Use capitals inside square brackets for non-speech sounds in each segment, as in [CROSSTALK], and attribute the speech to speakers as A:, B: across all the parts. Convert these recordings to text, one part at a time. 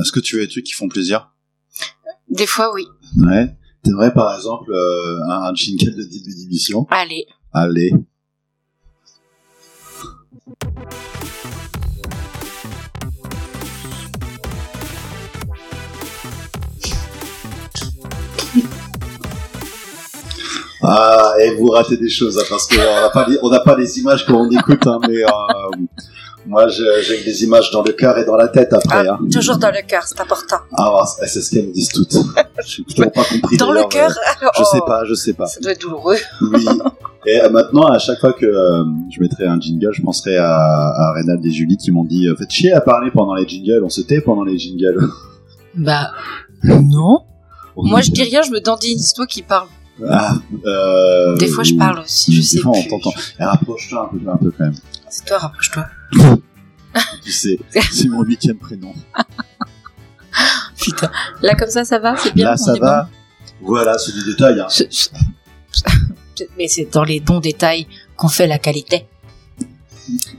A: Est-ce que tu veux des trucs qui font plaisir
B: Des fois, oui.
A: Ouais. T'aimerais par exemple euh, un, un jingle de début d'émission
B: Allez.
A: Allez. Ah, et vous ratez des choses, hein, parce qu'on n'a pas, les- on n'a pas les images quand on écoute, hein, mais euh, moi je- j'ai des images dans le cœur et dans la tête après. hein.
B: Ah, toujours dans le cœur, c'est important.
A: Ah, ouais, c'est- c'est ce qu'elles me disent
B: [LAUGHS]
A: toutes. J'ai toujours pas compris.
B: Dans le
A: d'ailleurs,
B: cœur. oh.
A: euh, Je sais pas, je sais pas.
B: Ça doit être douloureux.
A: Oui. Et euh, maintenant, à chaque fois que euh, je mettrai un jingle, je penserai à, à Reynald et Julie qui m'ont dit euh, Faites chier à parler pendant les jingles, on se tait pendant les jingles.
B: Bah, non. [LAUGHS] Moi, je dis rien, je me dandine. C'est toi qui parles.
A: Ah, euh,
B: Des fois, je parle aussi, je
A: des
B: sais
A: fois, on
B: plus.
A: t'entend. Eh, Rapproche-toi un peu, un peu quand même.
B: C'est toi, rapproche-toi.
A: Tu
B: [LAUGHS]
A: sais, c'est mon huitième prénom.
B: Putain. Là, comme ça, ça va C'est bien
A: Là,
B: on
A: ça
B: est
A: va Voilà, c'est du détail. hein.
B: bon Ce- [LAUGHS] ce- Mais c'est dans les bons détails qu'on fait la qualité.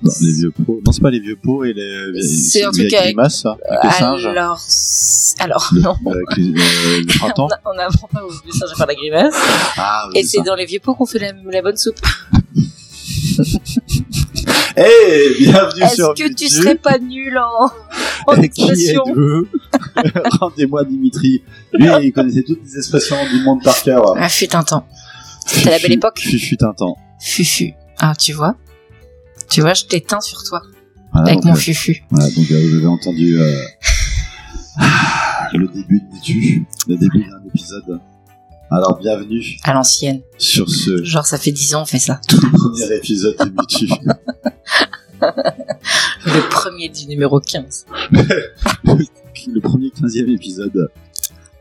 A: Non, les vieux pots. Non, c'est pas les vieux pots et les.
B: C'est un truc
A: avec
B: avec-
A: grimace, ça, avec le singe.
B: Alors, c'est- alors
A: Le-
B: non.
A: avec les- euh, le printemps.
B: On a- On apprend pas où le singe à faire la grimace.
A: Ah, oui,
B: Et c'est
A: ça.
B: dans les vieux pots qu'on fait la, la bonne soupe.
A: Eh, bienvenue
B: Est-ce
A: sur
B: que tu
A: YouTube.
B: serais pas nul en, en
A: Qui
B: expression
A: êtes-vous [LAUGHS] Rendez-moi Dimitri. Lui, il connaissait toutes les expressions du monde par cœur.
B: Ah, fut un temps. C'était la belle époque.
A: Fut, fut un temps.
B: Fufu. Ah, tu vois Tu vois, je t'éteins sur toi
A: Voilà,
B: avec
A: donc,
B: mon
A: euh,
B: fufu.
A: voilà, donc, euh, vous avez entendu euh, ah, le début de l'étude, le début d'un épisode. Alors, bienvenue
B: À l'ancienne.
A: sur ce
B: Genre, ça fait 10 ans on fait ça.
A: premier épisode de Mitu.
B: [LAUGHS] Le premier du numéro 15.
A: [LAUGHS] le premier 15e épisode.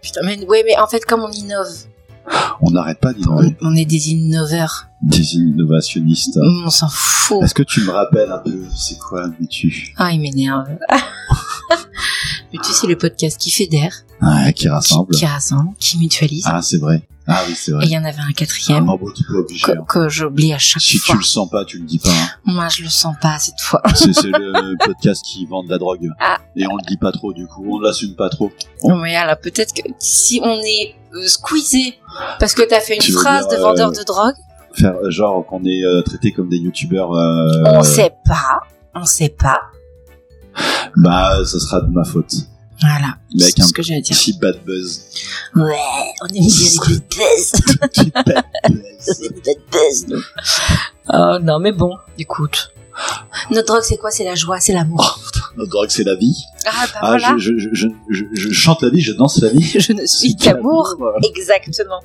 B: Putain, mais ouais, mais en fait, comme on innove,
A: On n'arrête pas
B: on,
A: d'innover.
B: on est des innovateurs.
A: Des innovationnistes.
B: On s'en fout.
A: Est-ce que tu me rappelles un peu c'est quoi Mitu
B: Ah, il m'énerve. [LAUGHS] mais tu sais, le podcast qui fédère,
A: ah, Qui
B: qui,
A: rassemble.
B: qui rassemble, qui mutualise.
A: Ah, c'est vrai. Ah oui, c'est
B: Et
A: vrai.
B: il y en avait un quatrième
A: Ah, bon, tu peux obliger,
B: que,
A: hein.
B: que j'oublie à chaque
A: Si
B: fois.
A: tu le sens pas, tu le dis pas.
B: [LAUGHS]
A: hein.
B: Moi, je le sens pas cette fois.
A: C'est c'est le podcast qui vend de la drogue.
B: Ah.
A: Et on le dit pas trop, du coup. On l'assume pas trop.
B: Non, mais alors peut-être que si on est euh, squeezé parce que t'as fait une
A: Tu veux
B: phrase
A: dire,
B: de vendeur
A: euh,
B: de drogue,
A: Faire euh, genre qu'on est euh, traité comme des youtubeurs. euh,
B: on sait pas, on sait pas.
A: Bah, ça sera de ma faute.
B: Voilà,
A: Mais avec
B: c'est
A: un
B: ce que j'ai
A: [LAUGHS]
B: à dire.
A: Petit bad buzz.
B: Ouais, on est [LAUGHS] mis avec une buzz,
A: Petit bad buzz.
B: une bad buzz. nous. Oh non, mais bon, écoute. Notre drogue, c'est quoi C'est la joie, c'est l'amour.
A: Notre drogue, c'est la vie.
B: Ah bah
A: Oh. Ah,
B: voilà,
A: je, je, je, je, je chante la vie, je danse la vie.
B: je... ne suis
A: C'est
B: qu'amour. Exactement.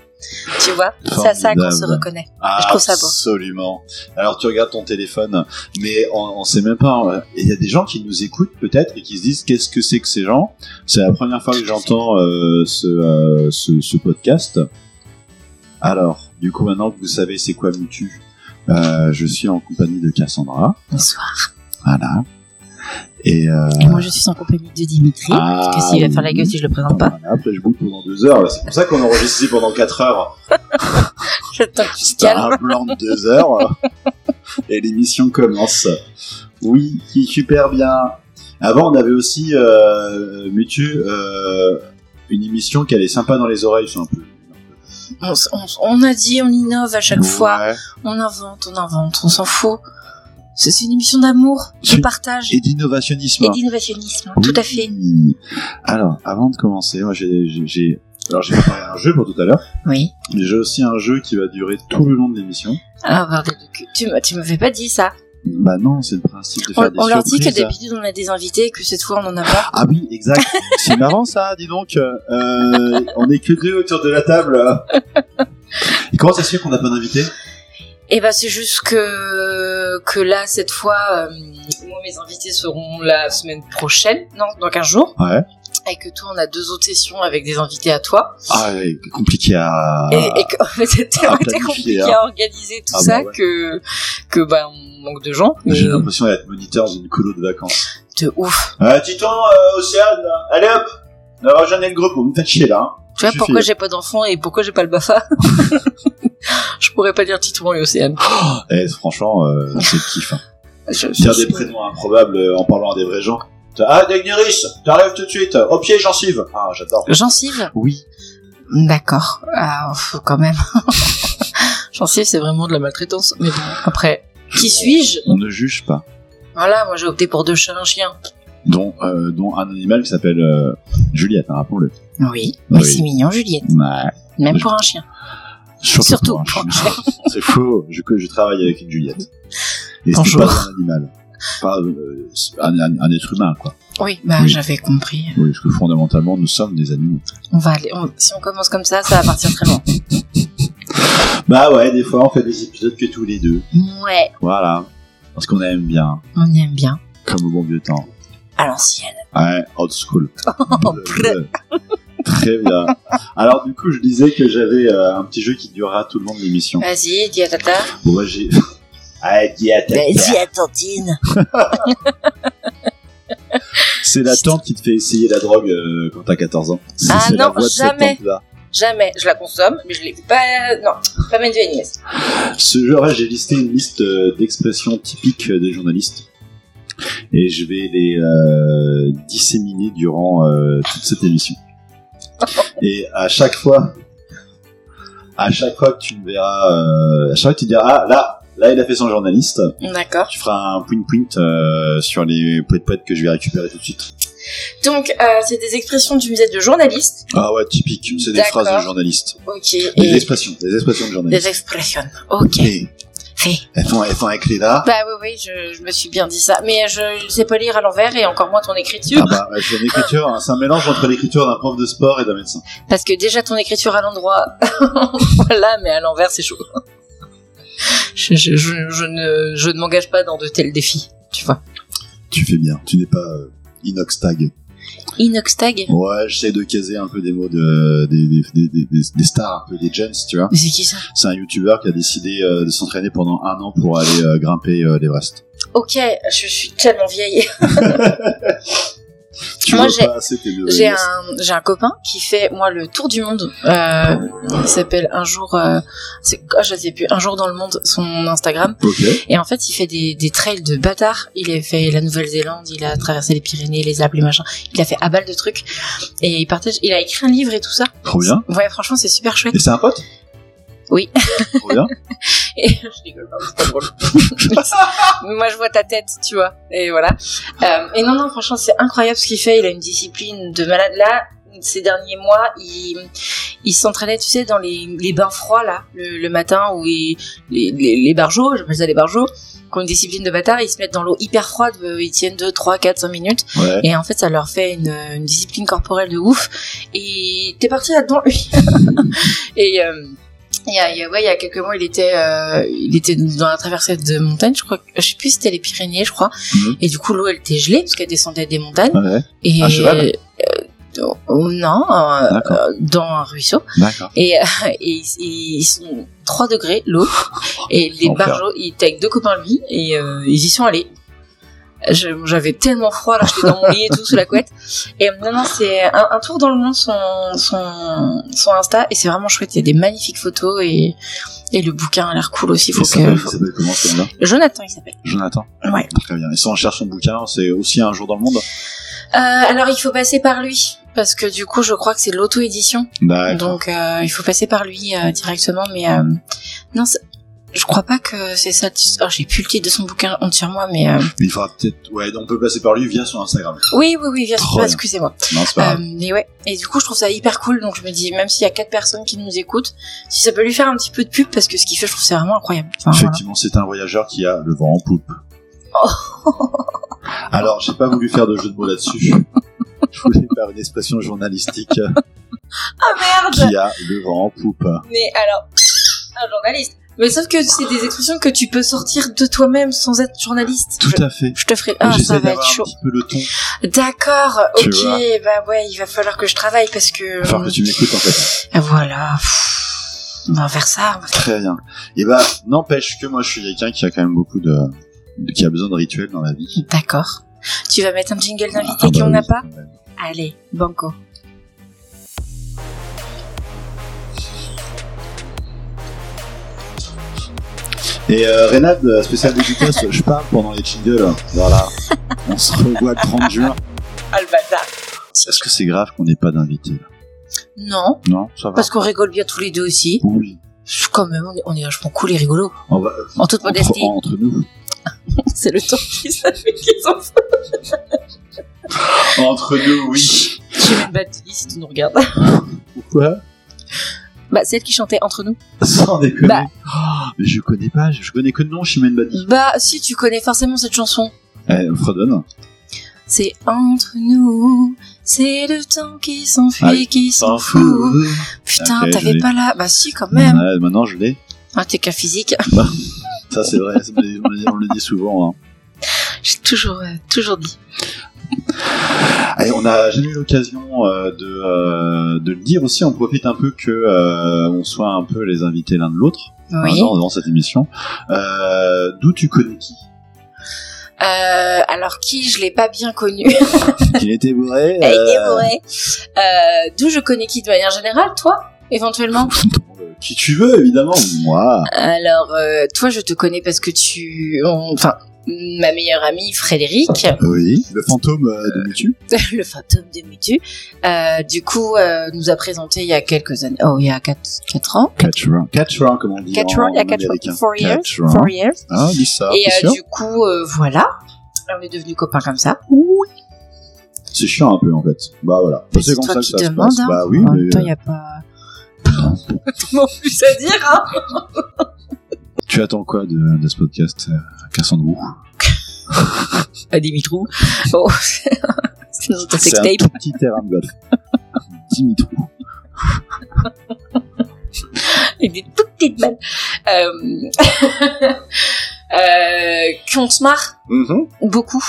B: Tu vois, c'est à ça qu'on se
A: Formidable.
B: reconnaît. Je trouve ça beau.
A: Ah, Absolument. Alors tu regardes ton téléphone, mais on, on sait même pas. hein. Et Il y a des gens qui nous écoutent peut-être et qui se disent qu'est-ce que c'est que ces gens C'est la première fois que j'entends euh, ce, euh, ce, ce podcast. Alors, du coup, maintenant que vous savez c'est quoi Mutu, euh, je suis en compagnie de Cassandra.
B: Bonsoir.
A: Voilà. Et euh,
B: Et moi, je suis en compagnie de Dimitri.
A: Ah,
B: parce que s'il va faire la gueule si je le présente pas, [LAUGHS]
A: voilà, après, je boucle pendant deux heures. C'est pour ça qu'on enregistre ici pendant quatre heures.
B: j'attends que tu te
A: T'as
B: calmes.
A: un plan de deux heures et l'émission commence. Oui, qui est super bien. Avant, on avait aussi euh, Mutu, euh, une émission qui allait sympa dans les oreilles, c'est un peu.
B: On, s- on s- on a dit, on innove à chaque fois.
A: Ouais.
B: On invente, on invente, on s'en fout. C'est c'est une émission d'amour, de
A: [LAUGHS] Oui.
B: partage
A: Et
B: et,
A: d'innovationnisme.
B: d'innovationnisme. Tout à fait.
A: Oui. Alors, avant de commencer, moi j'ai- j'ai j'ai- alors j'ai préparé un jeu pour tout à l'heure.
B: Oui.
A: mais J'ai aussi un jeu qui va durer tout le long de l'émission.
B: Ah, bordel de cul. Tu, me- tu m'avais pas dit ça.
A: Bah non, c'est le principe de faire
B: On,
A: des
B: on leur dit
A: surprises.
B: que d'habitude on a des invités et que cette fois on en
A: [LAUGHS]
B: a pas.
A: Ah oui,
B: [LAUGHS]
A: exact. C'est marrant ça, dis donc. Euh, on est que deux autour de la
B: [LAUGHS]
A: table. Et comment ça se fait qu'on n'a pas d'invité
B: Et bah c'est juste que, que là, cette fois, euh, moi mes invités seront la semaine prochaine, non, dans 15 jours.
A: Ouais.
B: Et que toi on a deux autres sessions avec des invités à toi.
A: Ah, ouais, compliqué à.
B: et, et que [LAUGHS] en fait, c'était
A: Ah,
B: c'était
A: planifié,
B: compliqué
A: hein.
B: à organiser tout
A: Ah,
B: ça
A: bah ouais.
B: que que bah on manque de gens mais euh,
A: J'ai l'impression d'être moniteur d'une colo de vacances.
B: de ouf
A: Euh, Titan, euh, Océane, allez hop euh, Rejoignez le groupe, vous me faites chier là. hein.
B: tu vois
A: Suffit.
B: pourquoi j'ai pas d'enfants et pourquoi j'ai pas le Bafa [LAUGHS] je pourrais pas dire Titouan et Océane
A: Eh, franchement, euh, c'est le kiff. hein.
B: Je- je-
A: Faire
B: je-
A: des prénoms improbables euh, en parlant à des vrais gens. Ah, Daenerys, t'arrives tout de suite. Au pied, gencive. Ah, j'adore.
B: Gencive
A: Oui.
B: D'accord. Ah, pff, quand même. [LAUGHS] Gencive, c'est vraiment de la maltraitance. Mais bon, après, qui suis-je
A: On ne juge pas.
B: Voilà, moi j'ai opté pour deux chats, un chien.
A: Dont, euh, dont un animal qui s'appelle euh, Juliette, hein, rappelons-le.
B: Oui, mais
A: Oui.
B: c'est mignon, Juliette.
A: Ouais.
B: Même pour un chien. Surtout
A: pour un
B: pour un
A: chien. [LAUGHS] C'est faux. Je, que je travaille avec une Juliette. Et c'est
B: Bonjour.
A: pas un animal. Pas euh, c'est un, un- un être humain, quoi.
B: Oui, bah
A: Oui.
B: j'avais compris.
A: Oui, parce que fondamentalement, nous sommes des animaux.
B: On va aller. on- si on commence comme ça, ça va partir
A: [LAUGHS]
B: très loin.
A: Bah ouais, des fois, on fait des épisodes que tous les deux.
B: Ouais,
A: Voilà. Parce qu'on aime bien.
B: on aime bien.
A: Comme au bon vieux temps.
B: À l'ancienne.
A: Ouais, old school.
B: [LAUGHS] Oh,
A: Bleu, bleu. Très bien. Alors du coup, je disais que j'avais euh, un petit jeu qui durera tout le long de l'émission.
B: Vas-y, dis à tata.
A: Bon, moi j'ai... [LAUGHS] Ah, dis à ta mère.
B: à tantine.
A: C'est la tante qui te fait essayer la drogue euh, quand t'as 14 ans. C'est-
B: Ah
A: c'est la
B: non,
A: voix de cette
B: jamais.
A: tante-là.
B: Jamais. Je la consomme, mais je l'ai pas. Non, pas mes deux nièces.
A: Ce jeu-là, j'ai listé une liste euh, d'expressions typiques euh, des journalistes. Et je vais les euh, disséminer durant euh, toute cette
B: [LAUGHS]
A: émission. Et à chaque fois, à chaque fois que tu me verras, euh, à chaque fois que tu diras, ah là, là il a fait son journaliste,
B: D'accord.
A: tu feras un point point euh, sur les poètes poètes que je vais récupérer tout de suite.
B: Donc, euh, c'est des expressions du musée de journalistes.
A: Ah ouais, typique, c'est des
B: D'accord.
A: phrases de journalistes.
B: Ok.
A: Des
B: Et
A: expressions, des expressions de journalistes.
B: des expressions. Ok.
A: Et
B: Fait.
A: elles sont, elles sont écrites là.
B: Bah oui, oui, je, je me suis bien dit ça. Mais je ne sais pas lire à l'envers et encore moins ton écriture.
A: Ah bah, c'est une écriture, hein, c'est un mélange entre l'écriture d'un prof de sport et d'un médecin.
B: Parce que déjà ton écriture à l'endroit, [LAUGHS] voilà, mais à l'envers c'est chaud. Je, je- je- je ne, je ne m'engage pas dans de tels défis, tu vois.
A: Tu fais bien, tu n'es pas euh, inox tag.
B: Inoxtag
A: Ouais, j'essaie de caser un peu des mots de, des, des, des, des- des- des stars, un peu des gens, tu vois.
B: Mais c'est qui ça
A: C'est un youtubeur qui a décidé euh, de s'entraîner pendant un an pour aller euh, grimper euh, l'Everest.
B: Ok, je suis tellement vieille.
A: Tu
B: Moi,
A: vois
B: j'ai-
A: pas assez tes deux
B: J'ai
A: Everest.
B: un, j'ai un copain qui fait, moi, le tour du monde. Euh, il s'appelle Un jour... Euh, c'est- ah, je sais plus, Un jour dans le monde, son Instagram.
A: Ok.
B: Et en fait, il fait des, des trails de bâtard. Il a fait la Nouvelle-Zélande, il a traversé les Pyrénées, les Alpes, les machins. Il a fait à balle de trucs. Et il partage... Il a écrit un livre et tout ça.
A: Trop bien.
B: Ouais, franchement, c'est super chouette.
A: Et c'est un pote
B: Oui.
A: [LAUGHS] Trop bien.
B: Et [LAUGHS] je rigole pas, c'est pas drôle. Mais moi, je vois ta tête, tu vois. Et voilà. Euh, et non, non, franchement, c'est incroyable ce qu'il fait. Il a une discipline de malade. Là, ces derniers mois, il, il s'entraînait, tu sais, dans les, les bains froids, là, le, le matin, où il, les, les, les barjots, j'appelle ça les barjots, qui ont une discipline de bâtard, ils se mettent dans l'eau hyper froide, euh, ils tiennent 2, 3, 4, 5 minutes.
A: Ouais.
B: Et en fait, ça leur fait une, une discipline corporelle de ouf. Et t'es parti là-dedans, lui. [LAUGHS] et euh, il y a, il y a- ouais, il y a quelques mois, il était, euh, il était dans la traversée de montagne, je crois. que- Je sais plus si c'était les Pyrénées, je crois.
A: Mhm.
B: Et du coup, l'eau, elle était gelée parce qu'elle descendait des montagnes.
A: Ouais.
B: Et
A: Un cheval
B: euh, oh, non, euh,
A: D'accord.
B: euh, dans un ruisseau.
A: D'accord.
B: Et, euh, [LAUGHS] et ils- ils sont 3 degrés, l'eau. Et les
A: Enfer.
B: barjots, il était avec deux copains, lui, et euh, ils y sont allés. Je- J'avais tellement froid, là, j'étais dans mon lit et tout, sous la couette. Et euh, non, non, c'est un, un tour dans le monde, son, son, son Insta, et c'est vraiment chouette. Il y a des magnifiques photos, et, et le bouquin a l'air cool aussi. Faut
A: Il s'appelle
B: que...
A: il s'appelle comment ce là
B: Jonathan, il s'appelle.
A: Jonathan.
B: Ouais.
A: Très bien. Et si on cherche son bouquin, c'est aussi un jour dans le monde
B: Euh, alors, il faut passer par lui, parce que du coup, je crois que c'est l'auto-édition.
A: D'accord.
B: Donc euh, il faut passer par lui euh, directement, mais euh, non, c'est- je crois pas que c'est ça. Oh, J'ai plus le titre de son bouquin honte sur moi, mais euh,
A: Mais Il faudra peut-être. Ouais, donc on peut passer par lui via son Instagram.
B: oui, oui, oui, bien sûr,
A: Trop bien.
B: excusez-moi.
A: Non, c'est pas
B: Euh,
A: grave.
B: mais ouais, et du coup je trouve ça hyper cool, donc je me dis même s'il y a quatre personnes qui nous écoutent, si ça peut lui faire un petit peu de pub parce que ce qu'il fait, je trouve c'est vraiment incroyable. Enfin, voilà.
A: Effectivement, c'est un voyageur qui a le vent en poupe.
B: Oh. [LAUGHS]
A: Alors, j'ai pas voulu faire de jeu de mots là-dessus.
B: [LAUGHS]
A: Je voulais faire une expression journalistique
B: Ah merde
A: qui a le vent en poupe.
B: Mais alors, un journaliste. Mais sauf que c'est des expressions que tu peux sortir de toi-même sans être journaliste.
A: Tout
B: je,
A: à fait.
B: je te ferai.
A: Mais
B: Ah, ça
A: J'essaie
B: va être
A: d'avoir un
B: chaud. Euh.
A: petit peu le ton.
B: D'accord,
A: Tu
B: ok,
A: vois.
B: bah ouais, il va falloir que je travaille parce que.
A: Enfin, que tu m'écoutes en fait.
B: Ah, Voilà. pff, On va faire ça. on va-
A: Très bien. Et bah, n'empêche que moi, je suis quelqu'un qui a quand même beaucoup de, de- qui a besoin de rituels dans la vie.
B: D'accord. Tu vas mettre un jingle d'invité
A: Ah, bah
B: qu'on n'a
A: oui.
B: pas Allez, banco.
A: Et euh,
B: [LAUGHS]
A: Reynald, euh, spécial dédicace, je parle pendant les jingles. Voilà. On se revoit le 30 juin.
B: Ah, le bâtard.
A: Est-ce que c'est grave qu'on n'ait pas d'invité là
B: Non,
A: Non, ça va.
B: parce qu'on rigole bien tous les deux aussi.
A: Oui.
B: Pff, Quand même, on est- on est vachement cool et rigolo.
A: On va-
B: En toute
A: entre,
B: modestie,
A: entre nous.
B: [LAUGHS] c'est le temps qui ça fait qu'ils ont fait.
A: Entre nous, oui.
B: Chimène Batili, si tu nous regardes.
A: Pourquoi
B: Bah, celle qui chantait entre nous.
A: Sans déconner.
B: Bah.
A: Oh, mais je connais pas, je connais que le nom Chimène Badi.
B: Bah, si, tu connais forcément cette chanson.
A: Eh, on fredonne.
B: C'est entre nous, c'est le temps qui s'enfuit,
A: Ah oui,
B: qui s'en fout. Putain,
A: Ok, je
B: t'avais
A: l'ai.
B: pas là. Bah, si, quand même.
A: Ouais, maintenant je l'ai.
B: Ah, t'es qu'un physique.
A: Ça c'est vrai, on le- on le dit souvent. hein.
B: J'ai toujours, euh, toujours dit.
A: Allez, on n'a jamais eu l'occasion euh, de, euh, de le dire aussi. On profite un peu que euh, on soit un peu les invités l'un de l'autre hein,
B: Oui.
A: dans, dans cette émission. Euh, D'où tu connais qui
B: Euh, alors, qui je l'ai pas bien
A: [LAUGHS]
B: connu
A: Euh.
B: [LAUGHS]
A: Qu'il était bourré
B: Hey,
A: euh,
B: Gaboré. Euh, D'où je connais qui de manière générale, toi
A: [LAUGHS]
B: éventuellement
A: euh, Qui tu veux évidemment Moi.
B: Alors, euh, toi, je te connais parce que tu... on- Enfin, ma meilleure amie, Frédéric,
A: Oui. Le fantôme euh, de Mutu.
B: [LAUGHS] le fantôme de Mutu, euh, du coup, euh, nous a présenté il y a quelques années... Oh, il y a 4, ans
A: Catch run. Catch run, comme on dit
B: Catch
A: en,
B: run, il y a
A: en
B: quatre-
A: américain.
B: four years,
A: Catch run.
B: Four years.
A: Ah, dis ça,
B: Et
A: t'es
B: euh,
A: sûr
B: du coup, euh, voilà. On est devenus copains comme ça.
A: C'est chiant un peu en fait. Bah voilà.
B: Mais
A: C'est
B: c'est
A: comme
B: toi
A: ça que
B: qui
A: ça se
B: demandes.
A: passe.
B: hein.
A: Bah oui,
B: en
A: mais,
B: même temps,
A: euh,
B: il n'y a pas... [LAUGHS] Comment plus à dire, hein
A: euh, Tu attends quoi de, de ce podcast, euh, Cassandre Roux
B: Pas Dimitrou. [LAUGHS] Oh, c'est notre
A: C'est un
B: sextape.
A: tout petit terrain de golf.
B: [LAUGHS]
A: Dimitrou.
B: avec des toutes petites balles. Euh... [LAUGHS] euh, qu'on se marre
A: Mm-hmm.
B: beaucoup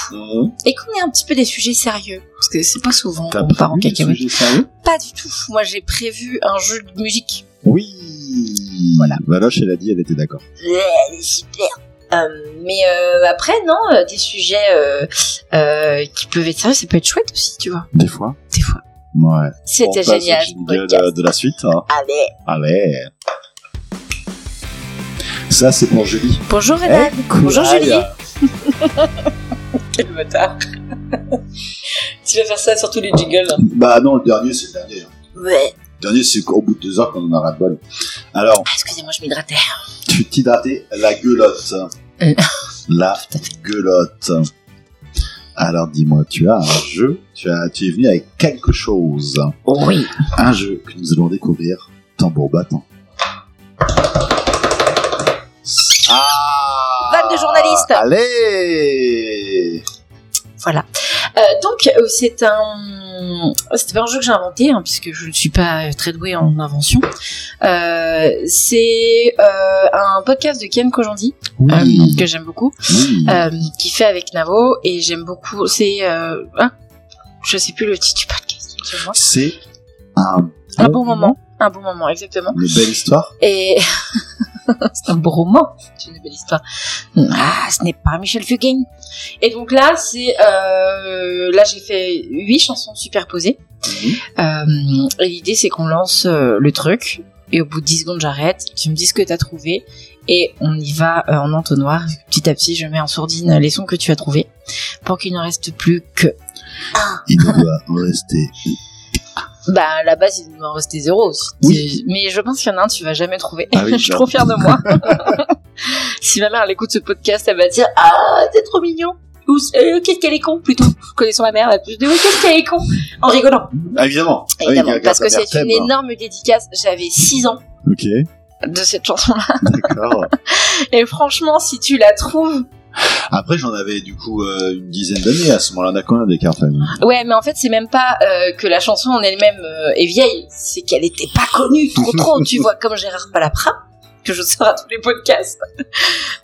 B: et qu'on ait un petit peu des sujets sérieux parce que c'est pas souvent
A: T'as
B: qu'on part en
A: prévu des
B: cacahuète.
A: sujets sérieux
B: Pas du tout. Moi, j'ai prévu un jeu de musique.
A: Oui.
B: Voilà.
A: Valoche, elle a dit, elle était d'accord.
B: Ouais, elle est super. Euh, mais euh, après, non, euh, des sujets euh, euh, qui peuvent être sérieux, ça peut être chouette aussi, tu vois.
A: Des fois.
B: Des fois.
A: Ouais. On
B: C'était
A: passe au
B: génial.
A: jingle, euh,
B: podcast.
A: de la suite. hein.
B: Allez,
A: Allez. Ça, c'est pour Julie.
B: bonjour Renan.
A: Eh,
B: Bonjour
A: courage.
B: Julie. Quel bâtard. [LAUGHS] tu vas faire ça sur tous les jingles.
A: Bah non, le dernier, c'est le dernier. hein.
B: Ouais.
A: Le dernier, c'est qu'au bout de deux heures qu'on en a ras le bol. Alors,
B: Ah, excusez-moi, je m'hydratais.
A: Tu t'hydratais la gueulotte.
B: Euh.
A: [LAUGHS] La gueulotte. Alors dis-moi, tu as un jeu, tu, as, tu es venu avec quelque chose.
B: Oui.
A: Un jeu que nous allons découvrir, tambour battant. Ah
B: Vanne de journaliste.
A: Allez
B: Voilà. Euh, donc, euh, c'est un. C'est pas un jeu que j'ai inventé, hein, puisque je ne suis pas euh, très douée en invention. Euh, c'est euh, un podcast de Ken Kojandi, euh,
A: Oui,
B: que j'aime beaucoup,
A: oui.
B: euh, qui fait avec Navo, et j'aime beaucoup. C'est. Euh, hein, je sais plus le titre du podcast. excuse-moi.
A: C'est un,
B: Un bon moment. Un bon moment, exactement.
A: Une belle histoire.
B: Et [LAUGHS] c'est un beau roman, c'est une belle histoire. Ah, ce n'est pas Michel Fugain. Et donc là, c'est euh, là j'ai fait huit chansons superposées. Euh, et l'idée c'est qu'on lance euh, le truc et au bout de 10 secondes j'arrête, tu me dis ce que t'as trouvé et on y va euh, en entonnoir. Petit à petit, je mets en sourdine les sons que tu as trouvés pour qu'il ne reste plus que
A: Il ne doit en
B: [LAUGHS]
A: rester.
B: Bah, à la base, il m'en restait zéro aussi.
A: Oui.
B: Mais je pense qu'il y en a un, tu vas jamais trouver.
A: Ah oui,
B: [LAUGHS] je suis
A: genre.
B: trop fière de moi. si ma mère, elle écoute ce podcast, elle va dire Ah, t'es trop mignon. Ou Euh, qu'est-ce qu'elle est con, plutôt. Connaissant ma mère, elle va plus dire Oui, qu'est-ce qu'elle est con. En rigolant.
A: Ah, évidemment. Ah oui,
B: Évidemment.
A: regarde,
B: parce
A: ta
B: que
A: mère
B: c'est une
A: t'aime, hein.
B: énorme dédicace. J'avais 6 ans
A: Ok,
B: de cette chanson-là.
A: d'accord.
B: Et franchement, si tu la trouves.
A: Après, j'en avais du coup euh, une dizaine d'années à ce moment-là. On a combien d'écart, famille
B: Ouais, mais en fait, c'est même pas euh, que la chanson en elle-même euh, est vieille. C'est qu'elle était pas connue trop
A: [LAUGHS]
B: trop. tu vois, comme Gérard Palapra, que je sors à tous les podcasts.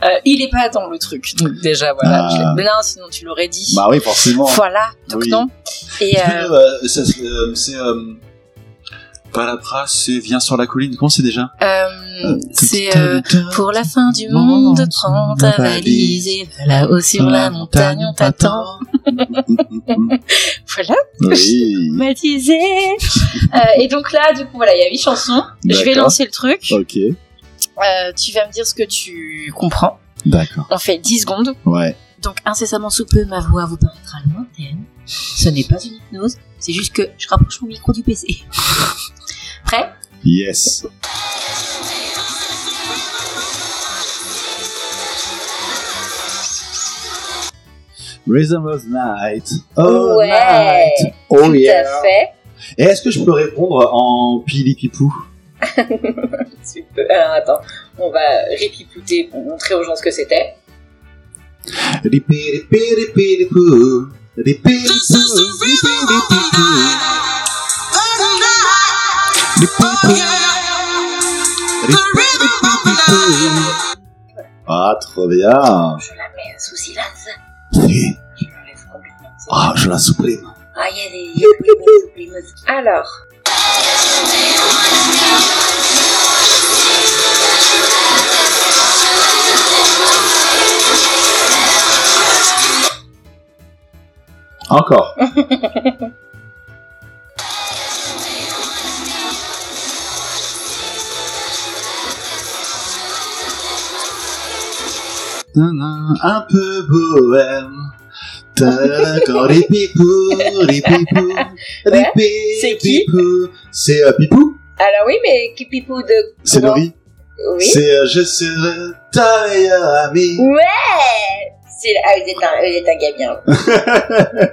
B: Euh, il est pas dans le truc. Donc déjà, voilà.
A: Ah.
B: je l'ai- Mais non, sinon tu l'aurais dit.
A: Bah oui, forcément.
B: Voilà. Donc
A: Oui.
B: non. Et
A: Est-ce
B: euh,
A: [LAUGHS] que, euh, ça, c'est, euh, c'est euh, Palapra, c'est Viens sur la colline. Comment c'est déjà
B: euh, c'est euh,
A: Euh,
B: pour la fin du
A: Bon,
B: monde,
A: bon,
B: prends
A: bon,
B: ta
A: bon,
B: valise et là-haut sur la montagne, on t'attend. Voilà,
A: [LAUGHS] Oui. [LAUGHS]
B: baptisé. euh, et donc là, du coup, voilà, il y a huit chansons. Je vais
A: D'accord.
B: lancer le truc.
A: Ok,
B: Euh, tu vas me dire ce que tu comprends.
A: d'accord.
B: On fait 10 secondes.
A: Ouais.
B: Donc incessamment sous peu, ma voix vous paraîtra lointaine. Ce n'est pas une hypnose, c'est juste que je rapproche mon micro du PC. [LAUGHS] Prêt
A: Yes. Reservoir Night. Oh,
B: Ouais.
A: night. Oh
B: Tout
A: yeah.
B: à fait.
A: Et Est-ce que je peux répondre en pilipipou
B: Tu peux- Alors attends, on va répipouter pour montrer aux gens ce que c'était.
A: Ripiripiripiripou. Ripiripou, ripiripipou. Ah, trop bien.
B: Je la mets sous silence. Je l'enlève complètement.
A: Ah, je la supprime.
B: Ah, il y a des- il y a des primes, des primes. Alors. [LAUGHS]
A: Encore. Tadam, Un peu bohème. Tadam, ripipou, ripipou,
B: Ouais,
A: ripi-
B: c'est qui
A: pipou. C'est euh, Pipou
B: Alors oui, mais qui pipou de.
A: C'est
B: comment
A: Laurie
B: Oui.
A: C'est euh, Je serai ta meilleure amie.
B: Ouais C'est- Ah, vous êtes un, vous êtes un gabien.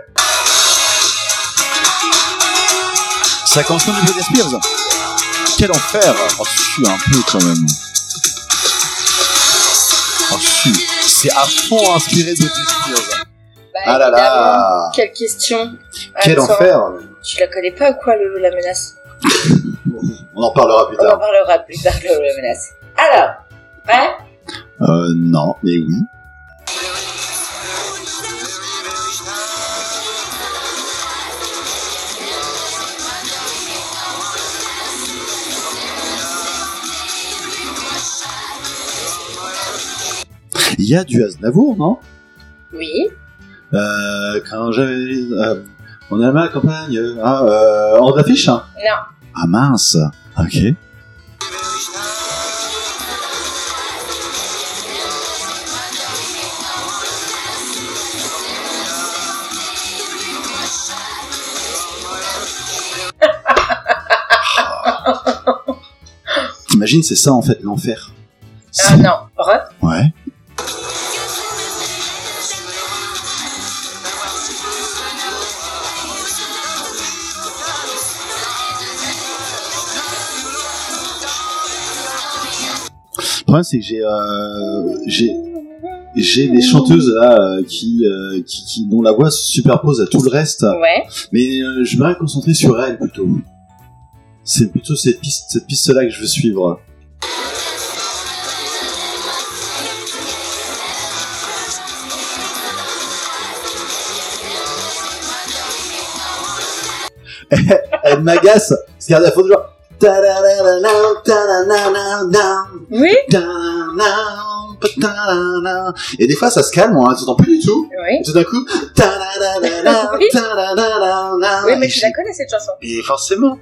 A: Ça commence comme du Britney Spears. Quel enfer Oh, suis un peu quand même. Oh, si. C'est à fond inspiré de Britney Spears.
B: Bah,
A: Ah là
B: évidemment.
A: là
B: Quelle question Ah,
A: Quel
B: Attends,
A: enfer
B: Tu la connais pas ou quoi, Lolo la menace
A: On en parlera plus
B: On en
A: tard.
B: parlera plus tard, Lolo la menace. Alors, hein
A: Euh, non, mais oui. Il y a du Aznavour, non
B: Oui.
A: Euh, quand j'avais. euh, on a ma campagne. euh, Ah, euh, en affiche hein
B: Non.
A: Ah mince Ok.
B: [LAUGHS]
A: T'imagines, c'est ça en fait l'enfer.
B: Ah non. Rod
A: Ouais. Le problème, c'est que j'ai euh, j'ai j'ai des chanteuses là euh, qui, euh, qui, qui- dont la voix se superpose à tout le reste,
B: Ouais.
A: mais euh, je vais me concentrer sur elle plutôt. C'est plutôt cette piste cette piste là que je veux suivre. [LAUGHS] elle m'agace parce qu'elle faut toujours. Ta-da-da-da-da, ta-da-da-da-da.
B: Oui
A: Et des fois, ça se calme, on l'entend plus du tout.
B: Oui.
A: Et tout d'un coup,
B: [LAUGHS]
A: Ah,
B: Oui, mais tu la connais cette chanson.
A: Et forcément.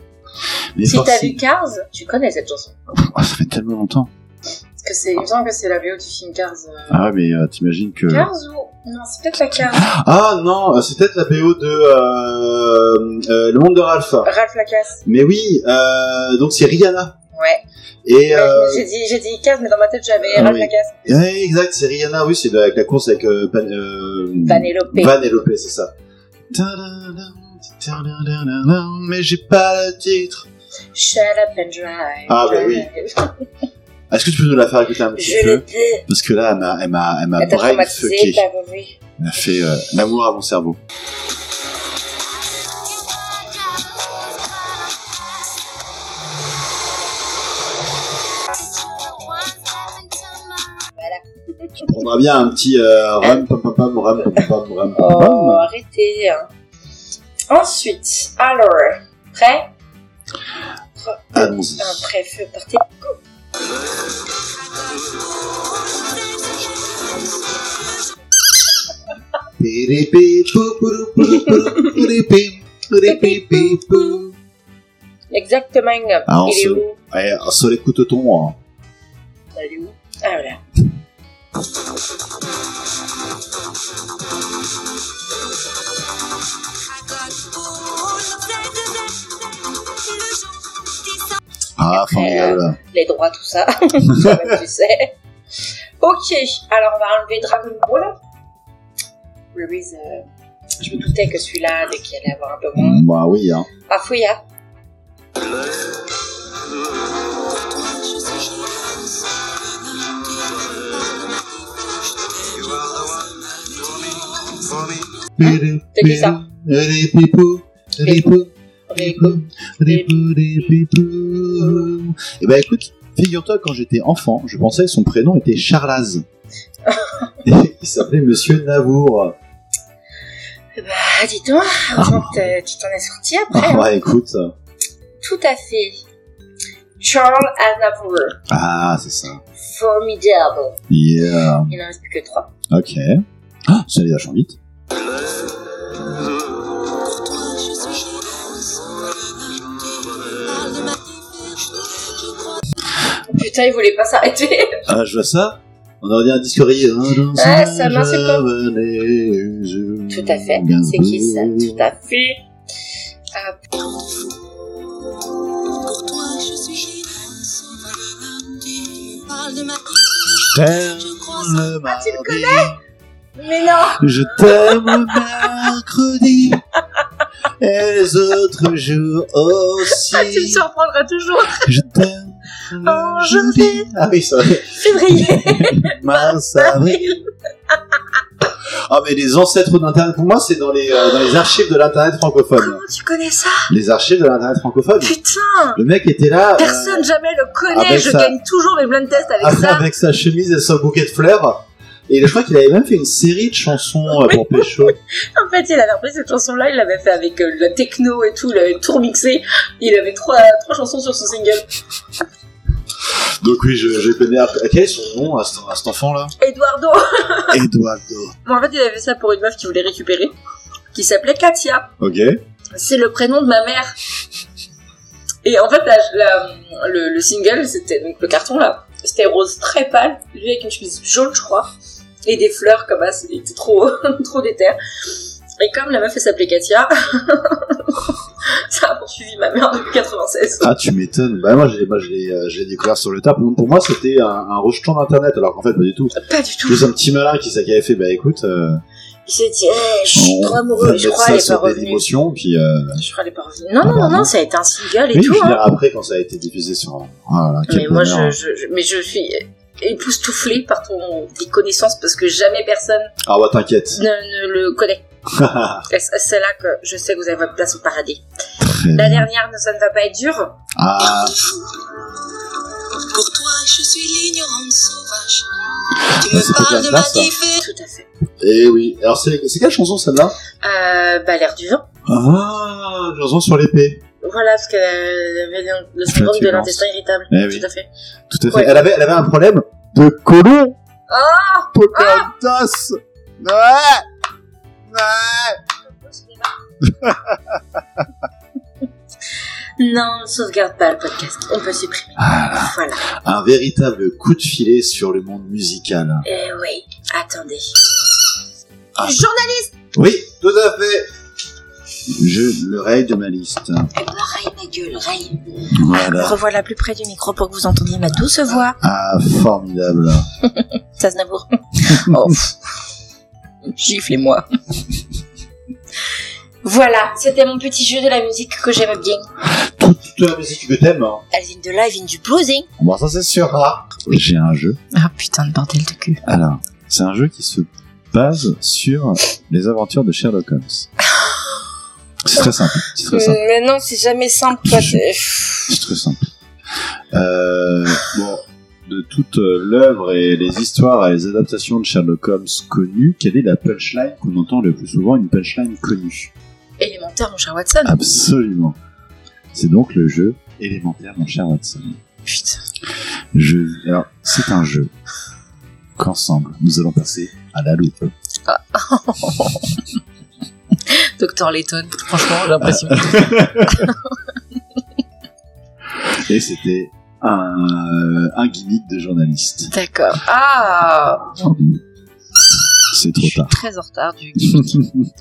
A: Mais
B: Si t'as vu
A: forcément.
B: Cars, tu connais cette chanson.
A: Oh, ça fait tellement longtemps.
B: Parce que c'est, il me semble que c'est la VO du film Cars. euh,
A: Ah ouais, mais euh, t'imagines que.
B: Cars ou Ah, non, c'est peut-être pas Cars.
A: Ah non, euh, c'est peut-être la BO de euh, euh, Le Monde de Ralph.
B: Ralph Lacasse.
A: Mais oui, euh, donc c'est Rihanna.
B: Ouais.
A: Et euh,
B: J'ai dit, j'ai dit Cars, mais dans ma tête j'avais
A: Ah
B: Ralph
A: oui.
B: Lacasse.
A: ouais, exact, c'est Rihanna. Oui, c'est de- avec la course avec euh, Pan- euh,
B: Vanellope.
A: Vanellope, c'est ça. Ta-da-da, ta-da-da-da-da, Mais j'ai pas le titre.
B: Shut up and drive.
A: Ah, bah
B: [LAUGHS]
A: oui. Est-ce que tu peux nous la faire écouter un petit
B: Je
A: peu
B: le peux.
A: Parce que là, elle m'a, elle m'a, elle m'a
B: Elle t'a
A: brain
B: traumatisé,
A: fucké.
B: t'as
A: [LAUGHS]
B: voulu.
A: Elle a fait euh, l'amour à mon cerveau. Tu prendras bien un petit euh, ram pam pam pam ram pam pam pam ram pam
B: Oh,
A: pam.
B: arrêtez. hein. Ensuite, alors, prêt
A: Allons-y.
B: Un pré-feu, partez. Go.
A: Piripi, pou, pou, pou, pou, piripi, piripi, pi, pou.
B: Exactement.
A: Ah, on
B: Il est
A: se-
B: où
A: Ouais, sur les coups de ton, hein.
B: Elle est où Ah, voilà.
A: Ah,
B: Après,
A: formidable.
B: les droits, tout ça. [LAUGHS] Comme tu sais. Ok, alors on va enlever Dragon Ball. Louise, euh, je me doutais que celui-là, dès qu'il allait avoir un peu moins.
A: Bah oui, hein.
B: Ah, Fouya. C'est qui Hein? ça
A: Les pipous, les pipous, les
B: Rico.
A: pipous, les pipous, les pipous. Eh ben écoute, figure-toi, quand j'étais enfant, je pensais que son prénom était
B: [LAUGHS]
A: Charlaz. Et il s'appelait Monsieur Navour.
B: Ah, dis donc, heureusement que t'es- tu t'en es sorti après.
A: Ah, ouais, écoute.
B: Tout à fait. Charles Aznavour.
A: Ah, c'est ça.
B: Formidable.
A: Yeah.
B: Il n'en reste plus que trois.
A: Ok. Ah, ça allait vachement vite.
B: Oh, Putain, il voulait pas s'arrêter. [LAUGHS]
A: Ah, je vois ça. On aurait dit un disque hein, rayé.
B: Ah, ça marche pas. Tout à fait. C'est qui ça Tout à fait.
C: Pour toi, je suis Gérard, sans Valentine. Tu parles de ma
A: T'aimes
C: je crois ça.
A: le
B: Ah,
A: mardi.
B: Mais non
A: Je t'aime le mercredi. Et les autres jours
B: Ah, Tu me
A: aussi.
B: surprendras toujours. [LAUGHS]
A: Je t'aime. le
B: En
A: jeudi. Ah oui, ça.
B: Février.
A: Mars, avril. Ah, mais les ancêtres d'Internet, pour moi, c'est dans les, euh, dans les archives de l'Internet francophone.
B: Comment tu connais ça
A: Les archives de l'Internet francophone.
B: Putain
A: Le mec était là. euh,
B: Personne jamais le connaît.
A: avec
B: Je
A: ça. Ah
B: gagne toujours mes blind tests avec
A: avec,
B: ça.
A: avec sa chemise et son bouquet de fleurs. Et je crois qu'il avait même fait une série de chansons euh, pour Pécho.
B: En fait, il avait repris cette chanson-là. Il l'avait fait avec euh, la techno et tout. Il l'avait tout remixé. Il avait trois, trois chansons sur son single.
A: Donc oui, je, je connais. un peu- Quel est son nom à, cet- à cet enfant-là
B: Eduardo.
A: Eduardo.
B: Bon, en fait, il avait fait ça pour une meuf qui voulait récupérer. Qui s'appelait Katia.
A: Ok.
B: c'est le prénom de ma mère. Et en fait, la- la- le, le single, c'était donc le carton là, c'était rose très pâle, lui avec une chemise jaune, je crois, et des fleurs comme ça, il était trop, [LAUGHS] trop déter. Et comme la meuf elle s'appelait Katia, [LAUGHS] ça a poursuivi ma mère depuis 96.
A: Ah, tu m'étonnes. Bah moi, j'ai bah, je l'ai, euh, je l'ai découvert sur le tas. Pour, pour moi, c'était un, un rejeton d'internet, alors qu'en fait, pas du tout.
B: Pas du tout.
A: Juste un petit malin qui, s'est- qui avait fait, bah écoute, euh,
B: Il s'est dit, Eh, je suis
A: on
B: trop
A: va
B: amoureux, je
A: mettre
B: crois
A: ça
B: elle est pas
A: sur des
B: revenue.
A: émotions, puis. Euh,
B: Je crois elle est pas revenue. Non, non, non, non, ça a été un single et
A: oui,
B: tout.
A: je veux
B: hein.
A: dire, après, quand ça a hein. été diffusé sur. Voilà, quel
B: Mais moi, je,
A: bonheur.
B: je, je- mais je suis époustouflée par ton tes connaissances parce que jamais personne
A: Ah bah t'inquiète.
B: ne, ne le
A: [LAUGHS]
B: connaît.
A: Très
B: Et C'est c'est là que je sais que vous avez votre place au paradis. La
A: bien.
B: dernière, ça ne va pas être dur.
A: Ah,
C: Pour toi, je suis l'ignorante sauvage. Tu
A: Ouais,
C: me
A: c'est pas
C: parles
A: de
C: de
A: la
C: ma
A: place, ça.
C: différence.
B: Tout à fait.
A: et eh oui. Alors, c'est c'est quelle chanson celle-là
B: Euh, bah, l'air du vent.
A: Ah, une chanson sur l'épée.
B: Voilà, parce que euh, avait le- le syndrome de
A: violence.
B: l'intestin irritable.
A: Eh oui.
B: Tout à fait.
A: Tout à fait.
B: Ouais.
A: Elle, avait, elle avait un problème de colon.
B: Oh
A: Pocahontas Ouais Ouais
B: Non, on ne sauvegarde pas le podcast. On peut supprimer.
A: Voilà.
B: Voilà.
A: Un véritable coup de filet sur le monde musical.
B: Eh oui. Attendez.
A: Ah.
B: Journal
A: Oui, tout à fait Je le raye de ma liste.
B: Raille ma gueule, raille.
A: Voilà.
B: Revoilà plus près du micro pour que vous entendiez ma douce voix.
A: Ah, formidable.
B: Ça se [LAUGHS] n'avoue. Oh. Giflez-moi. Voilà, c'était mon petit jeu de la musique que j'aime bien.
A: Toute la musique que t'aimes. hein.
B: Elle vient de là, elle vient du bluesing.
A: Bon, ça c'est sûr. Ah. J'ai un jeu.
B: Ah putain de bordel de cul.
A: Alors, c'est un jeu qui se base sur les aventures de Sherlock Holmes. C'est très simple. C'est très simple.
B: Mais non, c'est jamais simple, [LAUGHS] toi. t'es- pff.
A: C'est très simple. Euh, bon, de toute euh, l'œuvre et les histoires et les adaptations de Sherlock Holmes connues, quelle est la punchline qu'on entend le plus souvent Une punchline connue.
B: Élémentaire, mon cher Watson.
A: Absolument. C'est donc le jeu élémentaire, mon cher Watson.
B: Ah, Putain.
A: Je... Alors, c'est un jeu qu'ensemble, nous allons passer à la loupe.
B: Docteur Layton, franchement, j'ai l'impression.
A: Et c'était un un, un gimmick de journaliste.
B: [LAUGHS] D'accord. Ah,
A: C'est
B: je
A: trop
B: suis
A: tard.
B: très en retard du.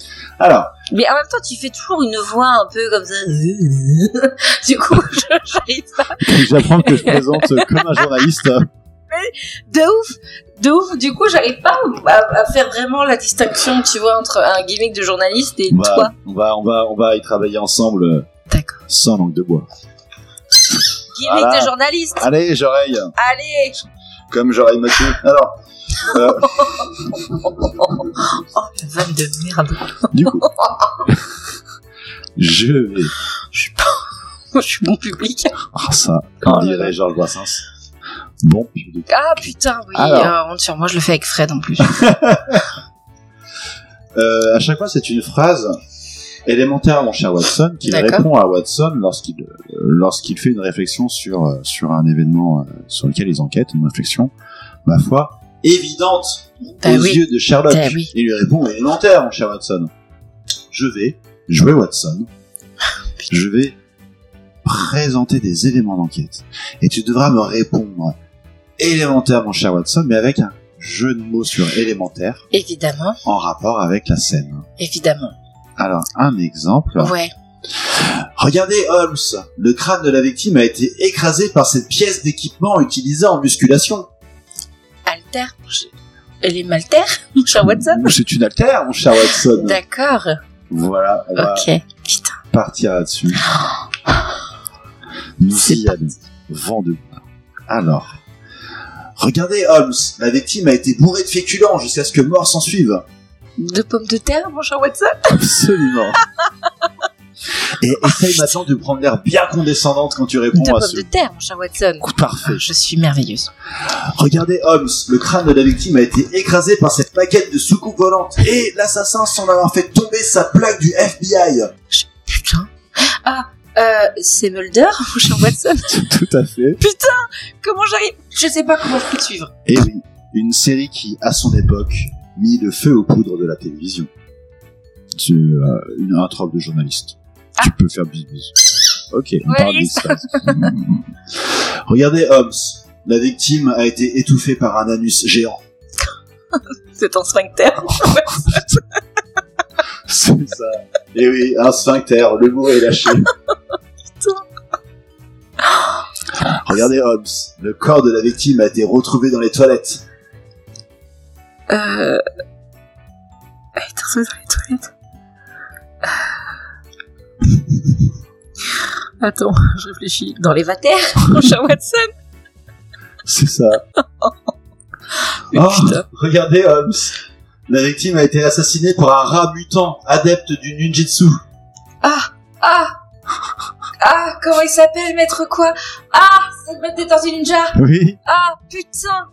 A: [LAUGHS] Alors,
B: Mais en même temps, tu fais toujours une voix un peu comme ça. [LAUGHS] du coup, [LAUGHS] je j'arrive pas.
A: j'apprends que je présente comme un journaliste.
B: De ouf, de ouf. Du coup, j'arrive pas à, à faire vraiment la distinction, tu vois, entre un gimmick de journaliste et
A: On va,
B: toi.
A: on va, on va, on va y travailler ensemble euh,
B: D'accord.
A: sans langue de bois.
B: Gimmick
A: Voilà.
B: de journaliste.
A: Allez, j'oreille,
B: Allez.
A: comme j'oreille Mathieu. Alors,
B: Oh, la vanne de merde.
A: du coup, [LAUGHS] je vais.
B: Je suis bon public.
A: Ah ça,
B: Oh
A: comme
B: là là.
A: dirait Georges Brassens. Bon public.
B: Ah putain, oui.
A: Alors.
B: euh, honte sur moi, je le fais avec Fred
A: [LAUGHS]
B: en plus.
A: Euh, à chaque fois, c'est une phrase élémentaire, mon cher Watson, qui
B: D'accord.
A: répond à Watson lorsqu'il euh, lorsqu'il fait une réflexion sur euh, sur un événement euh, sur lequel ils enquêtent, une réflexion, ma foi, évidente
B: Bah
A: aux
B: oui.
A: yeux de Sherlock.
B: Bah oui.
A: Il lui répond élémentaire, mon cher Watson. Je vais jouer
B: [LAUGHS]
A: Watson. Je vais présenter des éléments d'enquête. Et tu devras me répondre élémentaire, mon cher Watson, mais avec un jeu de mots sur élémentaire
B: Évidemment,
A: en rapport avec la scène.
B: évidemment.
A: Alors, un exemple.
B: Ouais.
A: Regardez Holmes, le crâne de la victime a été écrasé par cette pièce d'équipement utilisée en musculation.
B: Alter. je- Elle est malter, [LAUGHS] mon cher Watson.
A: C'est une altère, mon cher Watson.
B: D'accord.
A: Voilà, on va
B: Ok. Putain.
A: partir là-dessus. Nous
B: C'est
A: y allons. Vent de bois. Alors. Regardez Holmes, la victime a été bourrée de féculents jusqu'à ce que mort s'en suive.
B: Deux pommes de terre, mon cher Watson.
A: Absolument. Et essaye maintenant de prendre l'air bien condescendante quand tu réponds
B: Deux
A: à
B: pommes
A: ce
B: de terre, mon cher Watson.
A: coup parfait.
B: Je suis merveilleuse.
A: Regardez Holmes, le crâne de la victime a été écrasé par cette plaquette de soucoupe volante et l'assassin semble avoir fait tomber sa plaque du FBI.
B: Putain. Ah, euh, c'est Mulder, mon cher Watson.
A: Tout à fait.
B: comment j'arrive Je sais pas comment je peux te suivre.
A: Et Eh oui, une série qui, à son époque, mit le feu aux poudres de la télévision. C'est euh, une, un trope de journaliste. Tu peux faire bis bis. Ok, on
B: Ouais,
A: parle
B: yes.
A: d'espace. Mm. [LAUGHS] Regardez Holmes, la victime a été étouffée par un anus géant. [LAUGHS]
B: C'est un sphincter.
A: C'est ça. Et oui, un sphincter, le mot est lâché. Regardez Holmes, le corps de la victime a été retrouvé dans les toilettes.
B: Euh... Elle est retrouvée dans les toilettes. Euh, Attends, je réfléchis. Dans les vatères, [LAUGHS] mon cher Watson.
A: Oh. C'est ça.
B: Mais
A: Oh,
B: putain.
A: regardez Holmes, la victime a été assassinée par un rat mutant, adepte du ninjutsu.
B: Ah Ah, comment il s'appelle, maître quoi Ah, c'est le maître des tortues ninja.
A: Oui.
B: Ah, putain.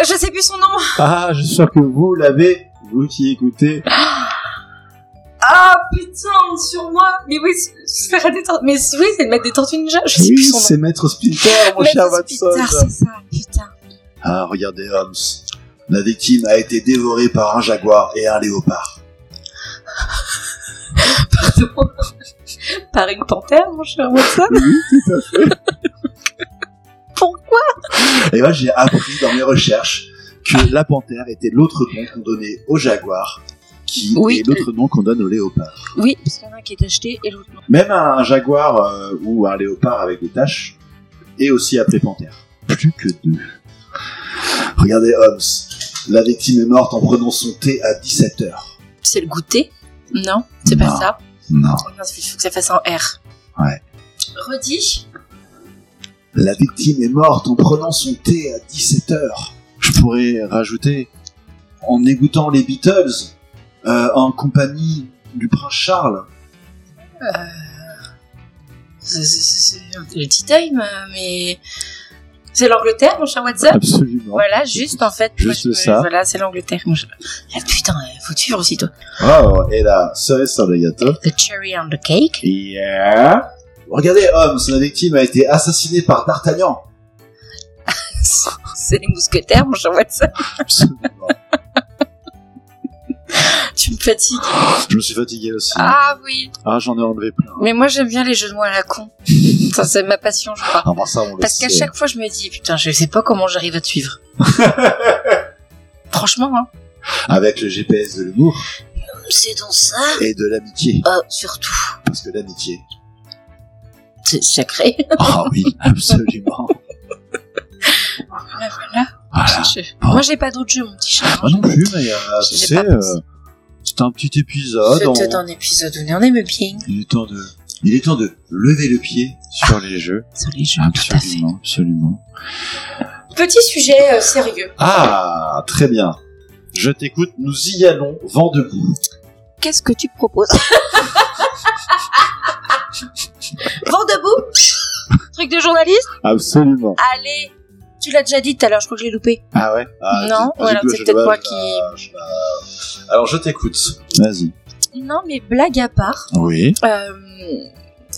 B: Je sais plus son nom. [LAUGHS]
A: Ah, je suis sûr que vous l'avez, vous qui écoutez.
B: Ah, putain, sur moi. Mais oui, c'est le maître des tortues. Mais oui, c'est le maître des tortues ninja. Je sais
A: oui,
B: plus son nom.
A: c'est Maître Splinter, mon
B: Maître
A: cher
B: Spitzer,
A: Watson.
B: c'est ça, putain.
A: Ah, regardez Holmes, la victime a été dévorée par un jaguar et un léopard.
B: Pardon. Par une panthère, mon cher Watson
A: Oui,
B: Pourquoi
A: Et moi, j'ai appris dans mes recherches que la panthère était l'autre nom qu'on donnait au jaguar, qui
B: Oui.
A: est l'autre nom qu'on donne au léopard.
B: Oui, parce qu'il y en a un qui est acheté et l'autre non.
A: Même un jaguar euh, ou un léopard avec des taches est aussi appelé panthère. Plus que deux. Regardez Holmes. La victime est morte en prenant son thé à 17h.
B: C'est le goûter Non, c'est pas
A: Non.
B: ça.
A: Non.
B: Oh, mince, il faut que ça fasse un R.
A: Ouais.
B: Redis
A: La victime est morte en prenant son thé à 17h. Je pourrais rajouter en écoutant les Beatles euh, en compagnie du prince Charles.
B: C'est- C'est c'est un petit time, euh, mais. C'est l'Angleterre, mon cher Watson
A: Absolument.
B: Voilà, juste en fait. moi,
A: Juste
B: je me-
A: ça.
B: Voilà, c'est l'Angleterre. mon cher- Ah, putain, euh, faut te suivre aussi, toi.
A: Oh, et la cerise sur le gâteau.
B: The cherry on the cake.
A: Yeah. Regardez, Holmes, la victime a été assassinée par D'Artagnan.
B: C'est les mousquetaires, mon cher Watson.
A: Absolument.
B: Tu [LAUGHS] tu me fatigues.
A: Je me suis fatigué aussi. Ah,
B: Ah oui.
A: j'en ai enlevé plein.
B: Mais moi, j'aime bien les jeux de mots à
A: [LAUGHS]
B: la con. Ça, c'est ma passion, je crois.
A: Ah, bah, ça, on le
B: Parce qu'à
A: sait.
B: chaque fois, je me dis, putain, je sais pas comment j'arrive à te
A: [LAUGHS]
B: suivre. Franchement, hein.
A: Avec le GPS de l'humour
B: C'est dans ça.
A: et de l'amitié.
B: Euh, surtout,
A: Parce que
B: [LAUGHS]
A: l'amitié.
B: c'est [LAUGHS] sacré.
A: Ah oui, absolument.
B: Voilà, Ah, voilà.
A: Ah, Voilà.
B: Je- Moi, j'ai pas d'autres jeux, mon petit chat. hein.
A: Moi non plus, mais euh, tu
B: J'ai
A: sais,
B: pas
A: euh,
B: pensé.
A: c'est un petit épisode. on-
B: C'était un épisode où on est bien
A: Il est temps de, il est temps de lever le pied sur les
B: [LAUGHS]
A: jeux.
B: sur les jeux, Ah, tout à fait.
A: Absolument, absolument.
B: Petit sujet euh, sérieux.
A: Ah, très bien. Je t'écoute. Nous y allons, vent debout.
D: Qu'est-ce que tu
B: [LAUGHS]
D: proposes
B: Vent debout Truc de journaliste
A: Absolument.
B: Allez Tu l'as déjà dit tout à l'heure, je crois que je l'ai loupé.
A: Ah ouais. Ah,
B: Non,
A: du- du
B: voilà,
A: coup,
B: c'est
A: je
B: peut-être
A: dois-
B: moi
A: je
B: qui-
A: la- je la- Euh, Alors je t'écoute. Vas-y.
B: Non, mais blague à part,
A: Oui.
B: euh,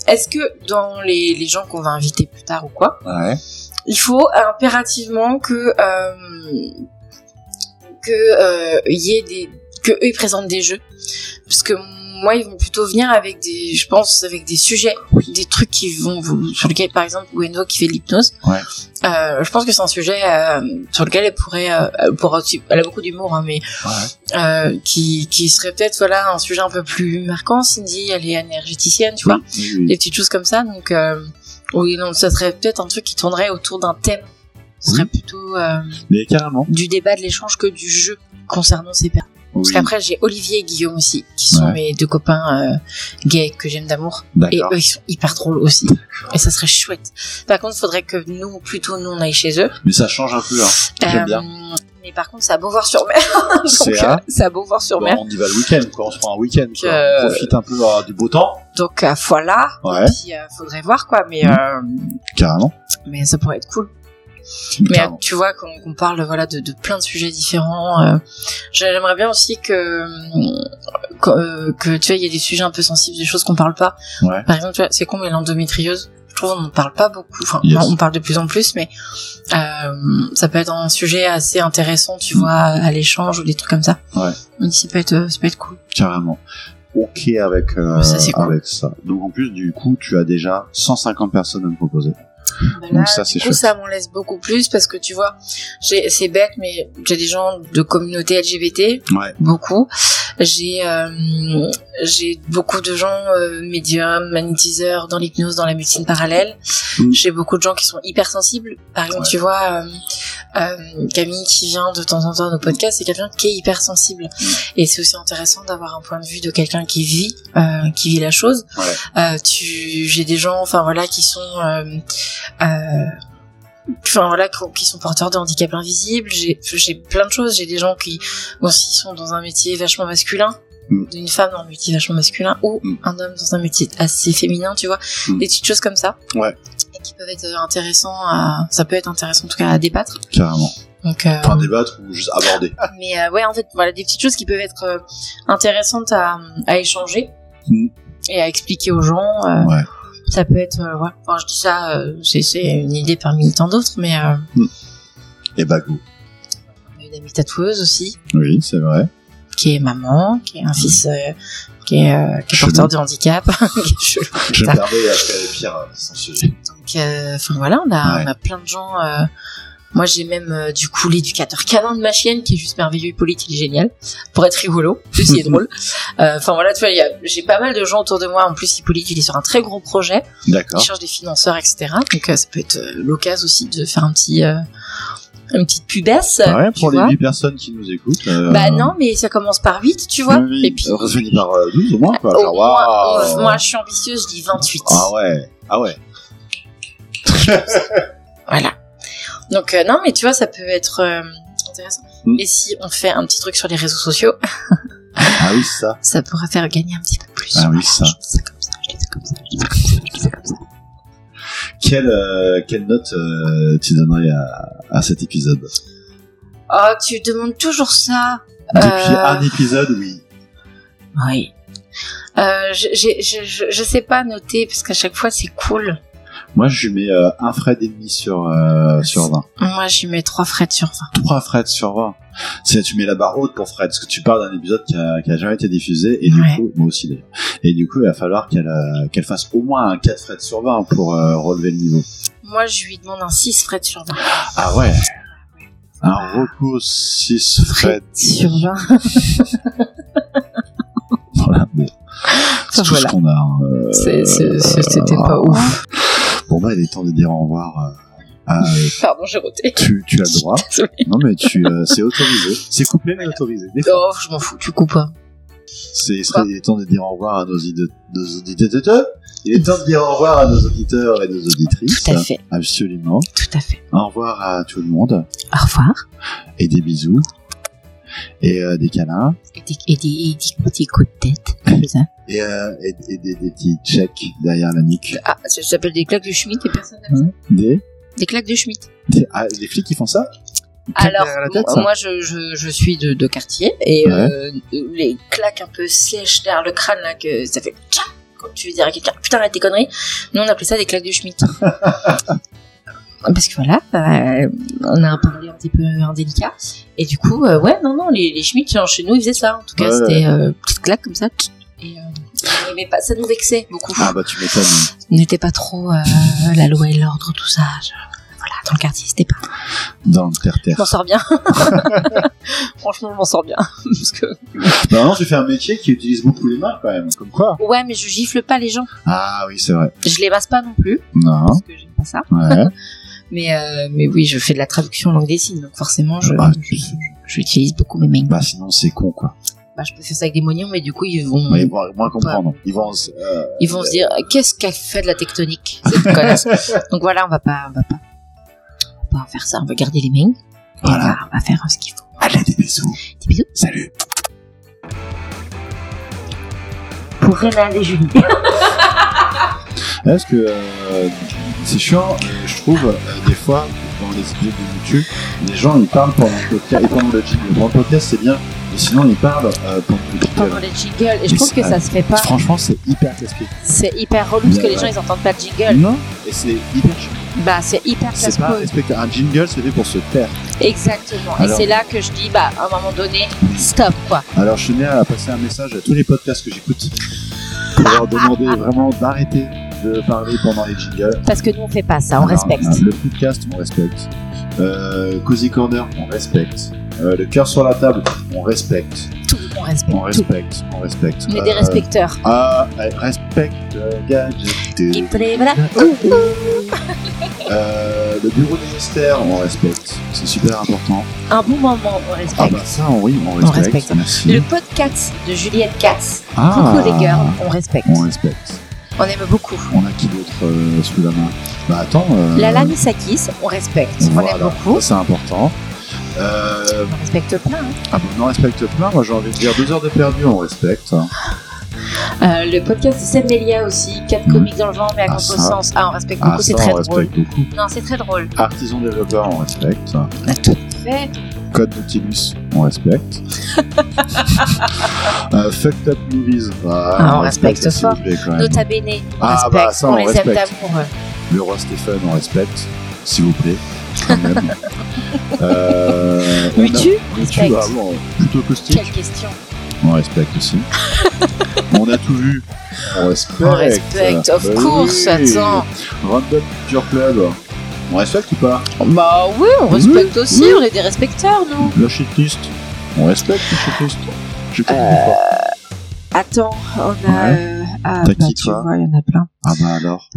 B: est-ce que dans les, les gens qu'on va inviter plus tard ou quoi,
A: Ouais.
B: il faut impérativement que euh, que euh, y ait des que eux ils présentent des jeux parce que moi ils vont plutôt venir avec des je pense avec des sujets des trucs qui vont vous, sur lesquels par exemple Gwendo qui fait de l'hypnose
A: Ouais.
B: euh, je pense que c'est un sujet euh, sur lequel elle pourrait euh, elle, pourra aussi- elle a beaucoup d'humour hein, mais euh, qui qui serait peut-être voilà un sujet un peu plus marquant Cindy elle est énergéticienne tu vois
A: Oui, oui.
B: des petites choses comme ça. Donc, euh, oui, non, ça serait peut-être un truc qui tournerait autour d'un thème. Ce serait plutôt euh,
A: Mais carrément.
B: du débat, de l'échange que du jeu concernant ces personnes. Parce
A: Oui.
B: qu'après, j'ai Olivier et Guillaume aussi, qui sont
A: Ouais.
B: mes deux copains euh, gays que j'aime d'amour. Et
A: D'accord.
B: eux, ils sont hyper drôles aussi. Et ça serait chouette. Par contre, faudrait que nous, plutôt nous, on aille chez eux. Euh,
A: Mais ça change un peu. Hein. J'aime bien.
B: Mais par contre, c'est à Beauvoir-sur-Mer. Donc,
A: C'est
B: euh,
A: à.
B: c'est à Beauvoir-sur-Mer.
A: Bon, on y va le week-end, quoi. On se prend un week-end. quoi.
B: Euh,
A: On profite un peu euh, du beau temps.
B: Donc, euh, voilà.
A: Ouais.
B: Puis, euh, faudrait voir, quoi. Mais,
A: Mhm.
B: euh,
A: Carrément.
B: mais ça pourrait être cool. Mais
A: Carrément.
B: tu vois qu'on qu'on parle voilà de, de plein de sujets différents. euh, J'aimerais bien aussi que que, euh, que, tu vois il y a des sujets un peu sensibles, des choses qu'on parle pas.
A: Ouais.
B: Par exemple, tu vois, c'est con mais l'endométriose, je trouve on n'en parle pas beaucoup. Enfin,
A: Yes.
B: on parle de plus en plus, mais euh, ça peut être un sujet assez intéressant, tu vois, à l'échange ou des trucs comme ça.
A: Mm. Ouais.
B: Donc, ça peut être euh, ça peut être cool.
A: carrément ok avec euh,
B: Ça, c'est cool.
A: avec ça. Donc en plus du coup tu as déjà 150 personnes à me proposer.
B: Bah là,
A: Donc ça c'est
B: Du coup,
A: chouette.
B: ça m'en laisse beaucoup plus parce que tu vois, j'ai- c'est bête, mais j'ai des gens de communauté LGBT,
A: Ouais.
B: beaucoup. J'ai euh, j'ai beaucoup de gens euh, médiums, magnétiseurs, dans l'hypnose, dans la médecine parallèle.
A: Mm.
B: J'ai beaucoup de gens qui sont hypersensibles. Par exemple,
A: Ouais.
B: tu vois, euh, euh, Camille qui vient de temps en temps à nos podcasts, c'est quelqu'un qui est hypersensible.
A: Mm.
B: Et c'est aussi intéressant d'avoir un point de vue de quelqu'un qui vit, euh, qui vit la chose.
A: Ouais.
B: Euh, tu, j'ai des gens, enfin voilà, qui sont euh, euh, enfin voilà qui- qui sont porteurs de handicap invisible j'ai j'ai plein de choses j'ai des gens qui aussi sont dans un métier vachement masculin
A: Mm.
B: une femme dans un métier vachement masculin ou
A: Mm.
B: un homme dans un métier assez féminin tu vois
A: Mm.
B: des petites choses comme ça
A: Ouais.
B: et qui peuvent être intéressants à, ça peut être intéressant en tout cas à débattre
A: Carrément.
B: donc euh,
A: Enfin débattre ou juste aborder.
B: mais euh, ouais en fait voilà des petites choses qui peuvent être euh, intéressantes à, à échanger
A: Mm.
B: et à expliquer aux gens euh,
A: Ouais.
B: ça peut être euh, ouais. enfin je dis ça euh, c'est c'est une idée parmi tant d'autres mais euh,
A: Et bah go.
B: On a une amie tatoueuse aussi,
A: Oui c'est vrai.
B: qui est maman, qui est un fils euh, qui est, euh, qui est
A: Mhm. Chelou.
B: porteur
A: [LAUGHS]
B: de handicap. qui est chelou.
A: Je me
B: Putain.
A: permets d'acheter pire hein, sans sujet.
B: Donc, euh, enfin voilà, on a,
A: Ouais.
B: on a plein de gens. euh, moi, j'ai même euh, du coup l'éducateur canin de ma chienne, qui est juste merveilleux, Hippolyte, il est génial. Pour être rigolo, [LAUGHS] en plus il est
A: [LAUGHS]
B: drôle. Euh, Enfin voilà, tu vois, il y a- j'ai pas mal de gens autour de moi. En plus, Hippolyte, il est sur un très gros projet. Il
A: D'accord.
B: cherche des financeurs, etc. Donc, euh, ça peut être euh, l'occasion aussi de faire un petit, euh, une petite pubesse.
A: Ouais
B: Euh, tu
A: pour les
B: vois.
A: 8 personnes qui nous écoutent. euh,
B: Bah non, mais ça commence par 8, tu vois.
A: oui,
B: Et puis, Ah,
A: euh, Réunis par euh, 12 au moins quoi.
B: Au
A: Genre,
B: moins,
A: waouh.
B: euh, Oh, moi, je suis ambitieuse, je dis 28.
A: Ah ouais. Ah ouais.
B: Voilà. Donc, euh, non, mais tu vois, ça peut être euh, intéressant.
A: Mm.
B: Et si on fait un petit truc sur les réseaux sociaux,
A: Ah oui ça.
B: ça pourrait faire gagner un petit peu plus.
A: Ah oui ça.
B: Je dis ça comme ça, je dis ça comme ça, je dis ça comme ça, je dis ça comme ça.
A: Quelle euh, quelle note euh, tu donnerais à, à cet épisode
B: Oh, tu demandes toujours ça.
A: Depuis
B: Euh,
A: un épisode oui.
B: Oui. Euh, je, j'ai- je, je, je sais pas noter parce qu'à chaque fois c'est cool.
A: Moi, je lui mets euh, un Fred et demi sur, euh, sur 20.
B: Moi, je lui mets 3 Fred sur 20.
A: Trois Fred sur 20. C'est, tu mets la barre haute pour Fred, parce que tu parles d'un épisode qui a, qui a jamais été diffusé, et du
B: Ouais.
A: coup, moi aussi d'ailleurs. Et du coup, il va falloir qu'elle, euh, qu'elle fasse au moins un 4 Fred sur 20 pour euh, relever le niveau.
B: Moi, je lui demande un 6 Fred sur 20.
A: Ah ouais Un repos 6 Fred.
B: Sur 20.
A: Voilà, bon. C'est tout
B: Voilà.
A: ce Euh, qu'on a. hein. Euh,
B: C'est- c'est- c'est- C'était pas ouf.
A: Bon, bah, il est temps de dire au revoir euh, à euh,
B: Pardon, j'ai roté.
A: tu, tu as le
B: [LAUGHS]
A: droit. Non, mais tu, euh, c'est autorisé. C'est couplé, mais autorisé. Des fois,
B: Oh, je m'en fous, tu coupes pas.
A: C'est, il serait- il est temps de dire au revoir à nos, ide- nos auditeurs. Il est temps de dire au revoir à nos auditeurs et nos auditrices.
B: Tout à fait,
A: Absolument.
B: tout à fait.
A: Au revoir à tout le monde.
B: Au revoir.
A: Et des bisous. Et euh, des câlins.
B: Et des, et des, et des petits coups de tête, comme ça.
A: Et, euh, et, et des, des petits checks derrière la nuque.
B: Ah, ça s'appelle des claques de Schmitt et personne n'aime ça.
A: Des,
B: Des claques de Schmitt.
A: des- ah, les flics qui font ça
B: Alors,
A: derrière la tête,
B: moi,
A: ça.
B: moi, je, je, je suis de, de quartier et
A: Ouais.
B: euh, les claques un peu sèches derrière le crâne, là, que ça fait tcha quand tu veux dire à quelqu'un putain, arrête tes conneries. Nous, on appelait ça des claques
A: [LAUGHS]
B: de Schmitt. Parce que voilà, euh, on a parlé un petit peu indélicat. Et du coup, euh, ouais, non, non, les, les Schmitt, genre, chez nous, ils faisaient ça. En tout cas,
A: Ouais.
B: c'était euh, petite claque comme ça. tch, Et, euh, on aimait pas, ça nous vexait beaucoup.
A: Ah bah tu m'étonnes.
B: On n'était pas trop euh, la loi et l'ordre, tout ça. je- Voilà, dans le quartier, c'était pas.
A: Dans le terre-terre.
B: Je m'en sors bien. [LAUGHS] Franchement, je m'en sors bien. [LAUGHS] Parce que...
A: Non, non, tu fais un métier qui utilise beaucoup les mains quand même. Bah, Comme quoi
B: Ouais, mais je gifle pas les gens.
A: Ah oui, c'est vrai.
B: Je les masse pas non plus,
A: Non. hein.
B: parce que j'aime pas ça.
A: [LAUGHS] Ouais.
B: Mais, euh, mais oui, je fais de la traduction en langue des signes, donc forcément, je,
A: Bah,
B: je- j'utilise beaucoup mes mains.
A: bah sinon c'est con quoi.
B: Bah, je peux faire ça avec des moignons, mais du coup, ils vont,
A: Ils vont moins comprendre. Ils vont. se- euh,
B: ils vont se dire qu'est-ce qu'elle fait de la tectonique cette connasse [LAUGHS] Donc voilà, on va pas, on va pas, on va pas faire ça. On va garder les mains. et
A: Voilà.
B: on va- on va faire euh, ce qu'il faut.
A: Allez des bisous.
B: Des bisous.
A: Salut.
B: Pour Rénal et Julie.
A: Parce que euh, c'est chiant, euh, je trouve, euh, des fois, dans les épisodes de YouTube, les gens ils parlent pendant le podcast et pendant le jingle. Pendant le podcast, c'est bien, mais sinon ils parlent euh, pendant le
B: Pendant
A: jingle.
B: les jingles, et je
A: Mais
B: trouve
A: c'est-
B: que ça se fait pas.
A: Franchement, c'est hyper casse-pied.
B: C'est hyper relou parce que les gens ils entendent pas le jingle.
A: Non Et c'est hyper chiant.
B: Bah c'est hyper
A: C'est pas
B: casse-poule.
A: respectable. Un jingle, c'est fait pour se taire.
B: Exactement. Et
A: Alors-
B: c'est là que je dis bah à un moment donné stop quoi.
A: Alors, je tenais à passer un message à tous les podcasts que j'écoute pour leur demander vraiment d'arrêter de parler pendant les jingles.
B: Parce que nous on fait pas ça, Ah, on
A: Alors,
B: respecte.
A: Le podcast, on respecte. Euh, Cozy Corner, on respecte. Euh, le cœur sur la table, on respecte.
B: Tout on respecte.
A: On
B: Tout.
A: respecte. On respecte.
B: On est
A: Euh,
B: des respecteurs.
A: Ah, euh, respecte le
B: Qui
A: gadget.
B: plaît, voilà.
A: [LAUGHS] Euh, le bureau du ministère, on respecte. C'est super important.
B: Un bon moment on
A: Ah
B: respecte.
A: bah ça, oui, on respecte.
B: respecte.
A: Merci.
B: Le podcast de Juliette Katz.
A: bah. Ah,
B: Coucou les girls, on respecte.
A: On respecte.
B: On aime beaucoup.
A: On a qui d'autre euh, sous la main Bah attends. euh,
B: Lala Misakis, on respecte. On
A: voilà.
B: aime beaucoup.
A: Ça, C'est important. Euh,
B: On respecte plein. hein.
A: Ah bon, on en respecte plein, moi j'ai envie de dire deux heures de perdu, on respecte.
B: Euh, le podcast de Semelia aussi, 4
A: Mhm.
B: comiques dans le vent mais à
A: Ah,
B: contre
A: ça.
B: sens. Ah on respecte
A: Ah
B: beaucoup, c'est
A: ça,
B: très
A: on
B: drôle.
A: respecte beaucoup.
B: Non, c'est très drôle.
A: Artisan développeur, on respecte.
B: On a tout fait.
A: Code Nautilus, on
B: [LAUGHS]
A: respecte. euh, fucked up movies, bah,
B: Ah, on respecte
A: s'il
B: fort.
A: vous plaît, quand même.
B: Nota Bene, on
A: Ah,
B: respecte.
A: bah, ça,
B: on,
A: on
B: les aime
A: respecte.
B: d'amour.
A: Le roi Stéphane, on respecte, s'il vous plaît. quand
B: [LAUGHS]
A: même. euh, on a-
B: Lutu,
A: Lutu,
B: respecte.
A: ah bon, plutôt caustique,
B: Quelle question
A: on respecte aussi. [LAUGHS] on a tout vu, on respecte.
B: On respecte, of
A: Bah
B: course,
A: oui.
B: attends.
A: Random Culture Club, on respecte ou pas
B: Bah oui, on respecte
A: Oui,
B: aussi,
A: oui.
B: on est des respecteurs, nous.
A: Le shitlist, on respecte le shitlist. J'ai pas compris quoi.
B: Attends, on
A: a, Ouais.
B: Ah,
A: T'as bah, qui, tu toi
B: il y en a plein.
A: Ah bah alors.